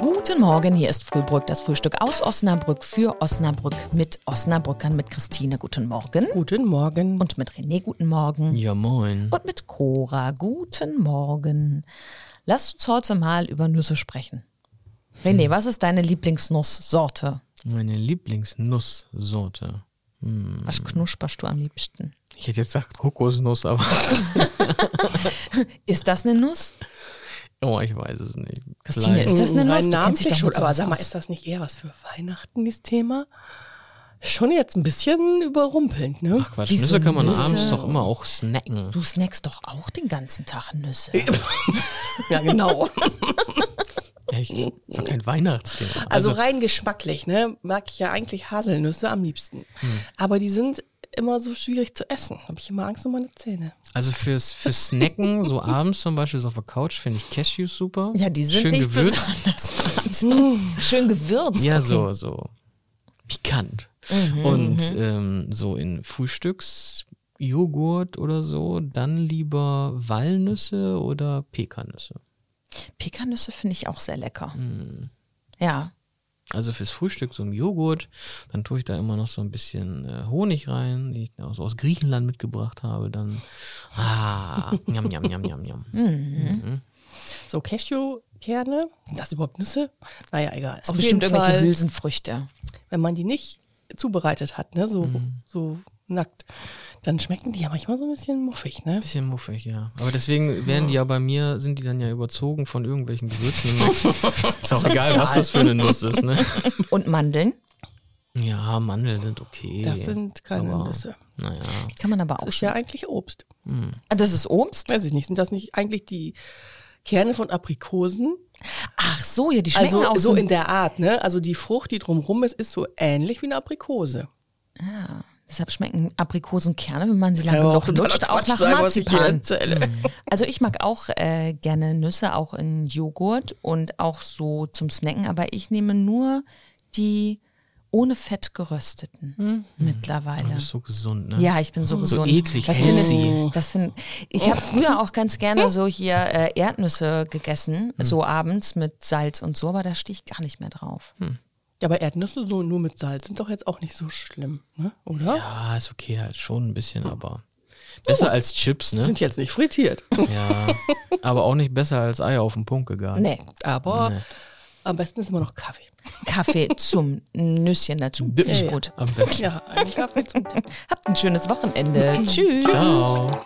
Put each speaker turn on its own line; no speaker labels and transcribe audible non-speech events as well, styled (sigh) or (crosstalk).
Guten Morgen, hier ist Frühbrück, das Frühstück aus Osnabrück für Osnabrück mit Osnabrückern, mit Christine, guten Morgen.
Guten Morgen.
Und mit René, guten Morgen.
Ja, moin.
Und mit Cora, guten Morgen. Lasst uns heute mal über Nüsse sprechen.
Hm.
René, was ist deine Lieblingsnusssorte?
Meine Lieblingsnusssorte. Hm.
Was knusperst du am liebsten?
Ich hätte jetzt gesagt Kokosnuss, aber (laughs)
Ist das eine Nuss?
oh, ich weiß es nicht.
Christine,
Vielleicht.
Ist das eine
Mm,
Nuss?
rein
Du kennst dich
namentlich
doch
schon,
mit
aber
sowas
sag mal,
aus.
ist das nicht eher was für Weihnachten, dieses Thema? Schon jetzt ein bisschen überrumpelnd, ne?
Ach Quatsch,
Wieso
Nüsse kann man
Nüsse?
abends doch immer auch snacken.
Du snackst doch auch den ganzen Tag Nüsse.
Ja, genau.
Echt? Ist doch kein Weihnachtsding.
(laughs) Also rein geschmacklich, ne? Mag ich ja eigentlich Haselnüsse am liebsten.
Hm.
Aber die sind immer so schwierig zu essen. Habe ich immer Angst um meine Zähne.
Also fürs, fürs Snacken, so abends zum Beispiel so auf der Couch, finde ich Cashews super.
Ja, die sind
Schön
nicht
gewürzt. Hm.
besonders. Mhm, Schön gewürzt.
Ja,
okay.
so, so pikant. Und ähm, so in Frühstücksjoghurt oder so, dann lieber Walnüsse oder Pekannüsse.
Pekannüsse finde ich auch sehr lecker.
Hm.
Ja.
Also fürs Frühstück so ein Joghurt, dann tue ich da immer noch so ein bisschen äh, Honig rein, den ich aus, aus Griechenland mitgebracht habe. Dann, ah, (laughs) jam, jam, jam, jam, jam.
Hm. So Cashewkerne, sind das überhaupt Nüsse? Naja, egal.
Das sind bestimmt irgendwelche Hülsenfrüchte.
wenn man die nicht zubereitet hat, ne? So,
Hm.
so nackt, dann schmecken die ja manchmal so ein bisschen muffig, ne?
Bisschen muffig, ja. Aber deswegen werden die ja bei mir, sind die dann ja überzogen von irgendwelchen Gewürzen.
(laughs)
ist auch egal, was das für eine Nuss ist, ne?
Und Mandeln
Ja, Mandeln sind okay.
Das sind keine
aber,
Nüsse.
Naja.
kann man aber auch.
Das ist ja eigentlich Obst.
Ah, das ist Obst.
Weiß ich nicht. Sind das nicht eigentlich die Kerne von Aprikosen?
Ach so, ja, die schmecken
Also
auch
so in der Art, ne? Also die Frucht, die drumrum ist, ist so ähnlich wie eine Aprikose.
Ah, deshalb schmecken Aprikosenkerne, wenn man sie lange
Kann aber
genug
totaler
lutscht, auch
Quatsch
nach
sein, was ich hier
Marzipan.
erzähle.
Also ich mag auch äh, gerne Nüsse, auch in Joghurt und auch so zum Snacken, aber ich nehme nur die ohne Fett gerösteten
Mhm.
mittlerweile.
Das ist so gesund, ne?
Ja, ich bin so
So
gesund.
eklig
das
healthy.
finde, das finde, ich habe früher auch ganz gerne so hier äh, Erdnüsse gegessen,
Hm.
so abends mit Salz und so, aber da stehe ich gar nicht mehr drauf.
Hm.
Ja, aber Erdnüsse so nur mit Salz sind doch jetzt auch nicht so schlimm, ne? Oder?
Ja, ist okay, halt schon ein bisschen, aber besser als Chips, ne?
Oh. Sind jetzt nicht frittiert.
Ja. Aber auch nicht besser als Eier auf den Punkt gegangen.
Nee,
Aber am besten ist immer noch Kaffee.
Kaffee zum Nüsschen dazu.
Dip.
Ist gut.
Am
(laughs)
besten.
Ja, ein Kaffee zum Tee.
Habt ein schönes Wochenende. Tschüss.
Ciao.